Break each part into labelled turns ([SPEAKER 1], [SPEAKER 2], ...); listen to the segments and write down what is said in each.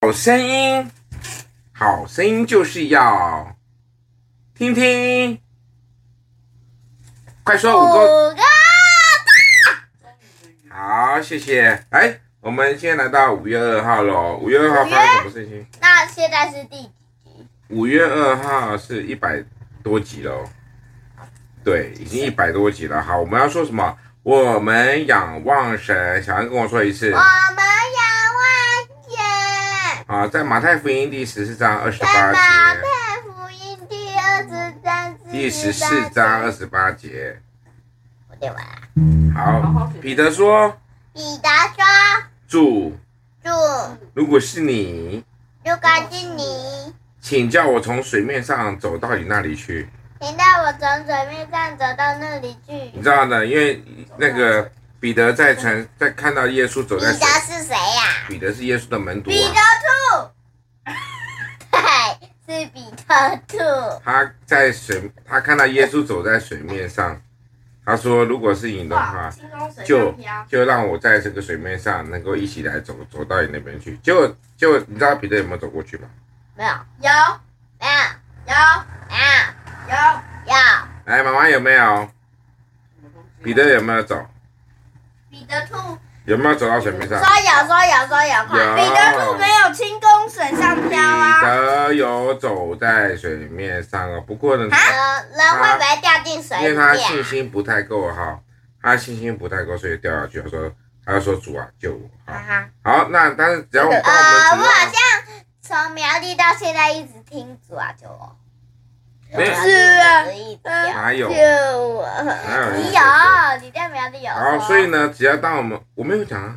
[SPEAKER 1] 好声音，好声音就是要听听。快说五个，
[SPEAKER 2] 五个
[SPEAKER 1] 好，谢谢。哎，我们现在来到五月二号喽。五月二号
[SPEAKER 2] 五月
[SPEAKER 1] 发生什么事情？
[SPEAKER 2] 那现在是第
[SPEAKER 1] 五月二号是一百多集喽，对，已经一百多集了。好，我们要说什么？我们仰望神，小安跟我说一次
[SPEAKER 2] 我。们仰望眼，
[SPEAKER 1] 啊，在马太福音第十四章二十
[SPEAKER 2] 在
[SPEAKER 1] 八
[SPEAKER 2] 马
[SPEAKER 1] 节，
[SPEAKER 2] 太福音第二十章至
[SPEAKER 1] 第十四章二十八节。
[SPEAKER 2] 我念完了。
[SPEAKER 1] 好，彼得说
[SPEAKER 2] 彼得说：“
[SPEAKER 1] 主，：“
[SPEAKER 2] 主，
[SPEAKER 1] 如果是你，
[SPEAKER 2] 如果是你，
[SPEAKER 1] 请叫我从水面上走到你那里去。
[SPEAKER 2] 请带我从水面上走到那里去。”
[SPEAKER 1] 你知道的，因为那个彼得在船，在看到耶稣走
[SPEAKER 2] 彼
[SPEAKER 1] 在水
[SPEAKER 2] 得，是谁呀、
[SPEAKER 1] 彼得是耶稣的门徒
[SPEAKER 2] 彼
[SPEAKER 1] 啊
[SPEAKER 2] 得。兔。 对，是彼得兔。
[SPEAKER 1] 他在水，他看到耶稣走在水面上，他说：“如果是你的话，
[SPEAKER 3] 轻松水
[SPEAKER 1] 就
[SPEAKER 3] 上漂，
[SPEAKER 1] 就让我在这个水面上能够一起来走，走到你那边去。”结果，结果你知道彼得有没有走过去吗？
[SPEAKER 2] 没有，
[SPEAKER 3] 有
[SPEAKER 2] 没有，
[SPEAKER 3] 有
[SPEAKER 2] 没有，
[SPEAKER 3] 有，
[SPEAKER 2] 有
[SPEAKER 1] 来，妈妈有没有？彼得有没有走？
[SPEAKER 3] 彼得兔
[SPEAKER 1] 有没有走到水面上？
[SPEAKER 2] 说有，说有，说有，快！
[SPEAKER 1] 有。
[SPEAKER 3] 彼得兔没有轻功水上漂
[SPEAKER 1] 彼
[SPEAKER 3] 啊，
[SPEAKER 1] 得有走在水面上啊，不过呢，
[SPEAKER 2] 人人会不会掉进水
[SPEAKER 1] 因为
[SPEAKER 2] 里
[SPEAKER 1] 他
[SPEAKER 2] 面？
[SPEAKER 1] 信心不太够哈，他信心不太够，所以掉下去。他说，他就说主啊，救我！
[SPEAKER 2] 啊
[SPEAKER 1] 好，
[SPEAKER 2] 哈，
[SPEAKER 1] 好那但是只要我们帮我
[SPEAKER 2] 呃，我
[SPEAKER 1] 们主
[SPEAKER 2] 好
[SPEAKER 1] 啊，
[SPEAKER 2] 像从苗栗到现在一直听主啊救我，
[SPEAKER 1] 没有
[SPEAKER 3] 是啊
[SPEAKER 2] 一直要
[SPEAKER 1] 哪有？
[SPEAKER 2] 救我，
[SPEAKER 1] 有
[SPEAKER 2] 你有，你在苗栗有
[SPEAKER 1] 好，
[SPEAKER 2] 说，
[SPEAKER 1] 哦所以呢，只要当我们我没有讲啊，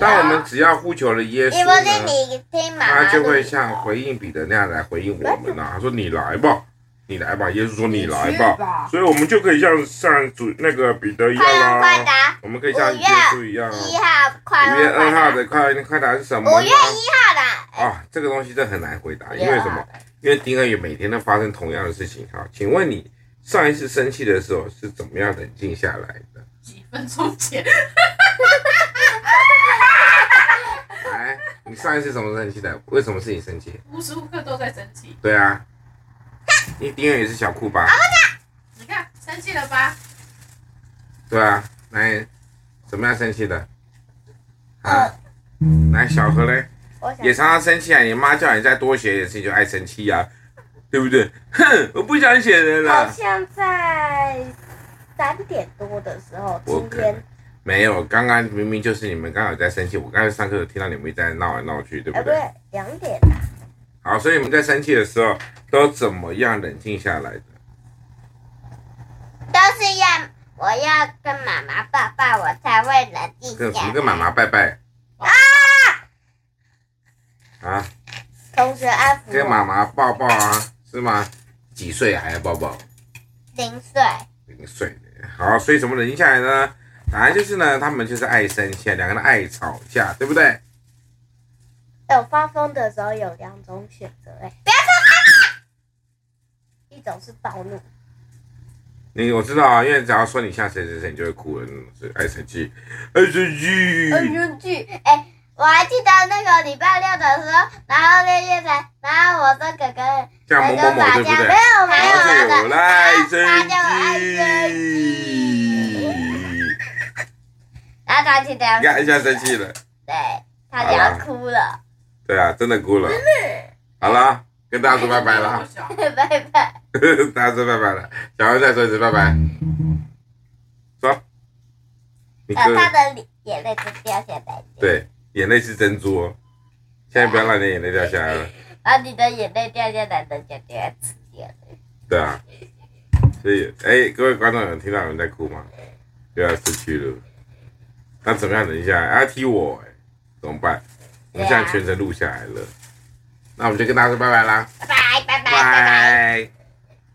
[SPEAKER 1] 当我们只要呼求了耶稣
[SPEAKER 2] 你不是
[SPEAKER 1] 呢，
[SPEAKER 2] 你听啊妈妈
[SPEAKER 1] 他
[SPEAKER 2] 的
[SPEAKER 1] 就会像回应彼得那样来回应我们啊。他说你来吧，你来吧，耶稣说你来吧，
[SPEAKER 3] 吧，
[SPEAKER 1] 所以我们就可以像像主那个彼得一样
[SPEAKER 2] 快问快
[SPEAKER 1] 啦，
[SPEAKER 2] 答，
[SPEAKER 1] 我们可以像耶稣一样啊。
[SPEAKER 2] 一号快
[SPEAKER 1] 五月
[SPEAKER 2] 问快
[SPEAKER 1] 二
[SPEAKER 2] 答
[SPEAKER 1] 号，的快快答是什么呢？
[SPEAKER 2] 五月一号的，
[SPEAKER 1] 啊，这个东西真的很难回答，
[SPEAKER 2] 5
[SPEAKER 1] 因
[SPEAKER 2] 月
[SPEAKER 1] 为
[SPEAKER 2] 二
[SPEAKER 1] 什
[SPEAKER 2] 号
[SPEAKER 1] 么？因为丁二也每天都发生同样的事情哈。请问你上一次生气的时候是怎么样冷静下来的？
[SPEAKER 3] 几分钟前，
[SPEAKER 1] 哎，你上一次什么时候生气的？为什么是你生气？
[SPEAKER 3] 无时无刻都在生气。
[SPEAKER 1] 对啊，你丁二也是小酷
[SPEAKER 2] 啊
[SPEAKER 1] 吧？
[SPEAKER 3] 你看，生气了吧？
[SPEAKER 1] 对啊，来，怎么样生气的？啊，来小何嘞，
[SPEAKER 2] 我想
[SPEAKER 1] 也常常生气啊。你妈叫你再多写点字，你就爱生气啊，对不对？哼，我不想写了啦
[SPEAKER 2] 好。像在三点多的时候，
[SPEAKER 1] 我
[SPEAKER 2] 今
[SPEAKER 1] 可能
[SPEAKER 2] 天
[SPEAKER 1] 没有，刚刚明明就是你们刚好在生气，我刚才上课有听到你们一直在闹来闹去，对
[SPEAKER 2] 哎
[SPEAKER 1] 不
[SPEAKER 2] 不
[SPEAKER 1] 对？
[SPEAKER 2] 对，两点啊，
[SPEAKER 1] 好，所以你们在生气的时候都怎么样冷静下来的？
[SPEAKER 2] 都是要我要跟妈妈抱抱，我才会冷静
[SPEAKER 1] 跟
[SPEAKER 2] 下
[SPEAKER 1] 什
[SPEAKER 2] 来。
[SPEAKER 1] 么跟妈妈拜拜
[SPEAKER 3] 啊
[SPEAKER 2] 嗯
[SPEAKER 1] 啊？
[SPEAKER 2] 同学安抚
[SPEAKER 1] 跟
[SPEAKER 2] 我，
[SPEAKER 1] 妈妈抱抱啊，是吗？几岁还要抱抱？
[SPEAKER 2] 零岁，
[SPEAKER 1] 零岁的。好，所以怎么冷静下来呢？答案就是呢，他们就是爱生气，两个人爱吵架，对不对？
[SPEAKER 2] 有发疯的时候有两种选择，哎，不要说妈妈，一种是暴怒，
[SPEAKER 1] 你我知道啊，因为只要说你像谁谁谁，你就会哭了，是爱生气，爱生气。
[SPEAKER 2] 恶作剧，哎。我还记得那个礼拜六的时候，然后那夜才，然后我说哥哥，
[SPEAKER 1] 像某某
[SPEAKER 2] 哥哥
[SPEAKER 1] 某，
[SPEAKER 2] 麻
[SPEAKER 1] 对不
[SPEAKER 2] 将
[SPEAKER 1] 对
[SPEAKER 2] 没？有没有
[SPEAKER 1] 而且
[SPEAKER 2] 那
[SPEAKER 1] 有
[SPEAKER 2] 个，
[SPEAKER 1] 赖
[SPEAKER 2] 他就爱
[SPEAKER 1] 生
[SPEAKER 2] 生
[SPEAKER 1] 气
[SPEAKER 2] 气，，然后他就这样
[SPEAKER 1] 你，看一下生气了，
[SPEAKER 2] 对，他就要哭了，
[SPEAKER 1] 对啊，真的哭了。好了，跟大家说拜拜了， 哈，
[SPEAKER 2] 拜拜。
[SPEAKER 1] 大家说拜拜了，小孩再说一次拜拜，说，你
[SPEAKER 2] 呃，他
[SPEAKER 1] 哥
[SPEAKER 2] 的脸眼泪就掉下来，，
[SPEAKER 1] 对，眼泪是珍珠哦，现在不要让你眼泪掉下来了，
[SPEAKER 2] 把啊你的眼泪掉下来的就掉死掉了。
[SPEAKER 1] 对啊，所以哎，各位观众有听到有人在哭吗？又要失去了，那怎么样？等一下，还要踢我、哎，怎么办？我
[SPEAKER 2] 啊
[SPEAKER 1] 们现在全程录下来了，那我们就跟大家说拜拜啦。
[SPEAKER 2] 拜拜拜拜拜拜。
[SPEAKER 1] Bye.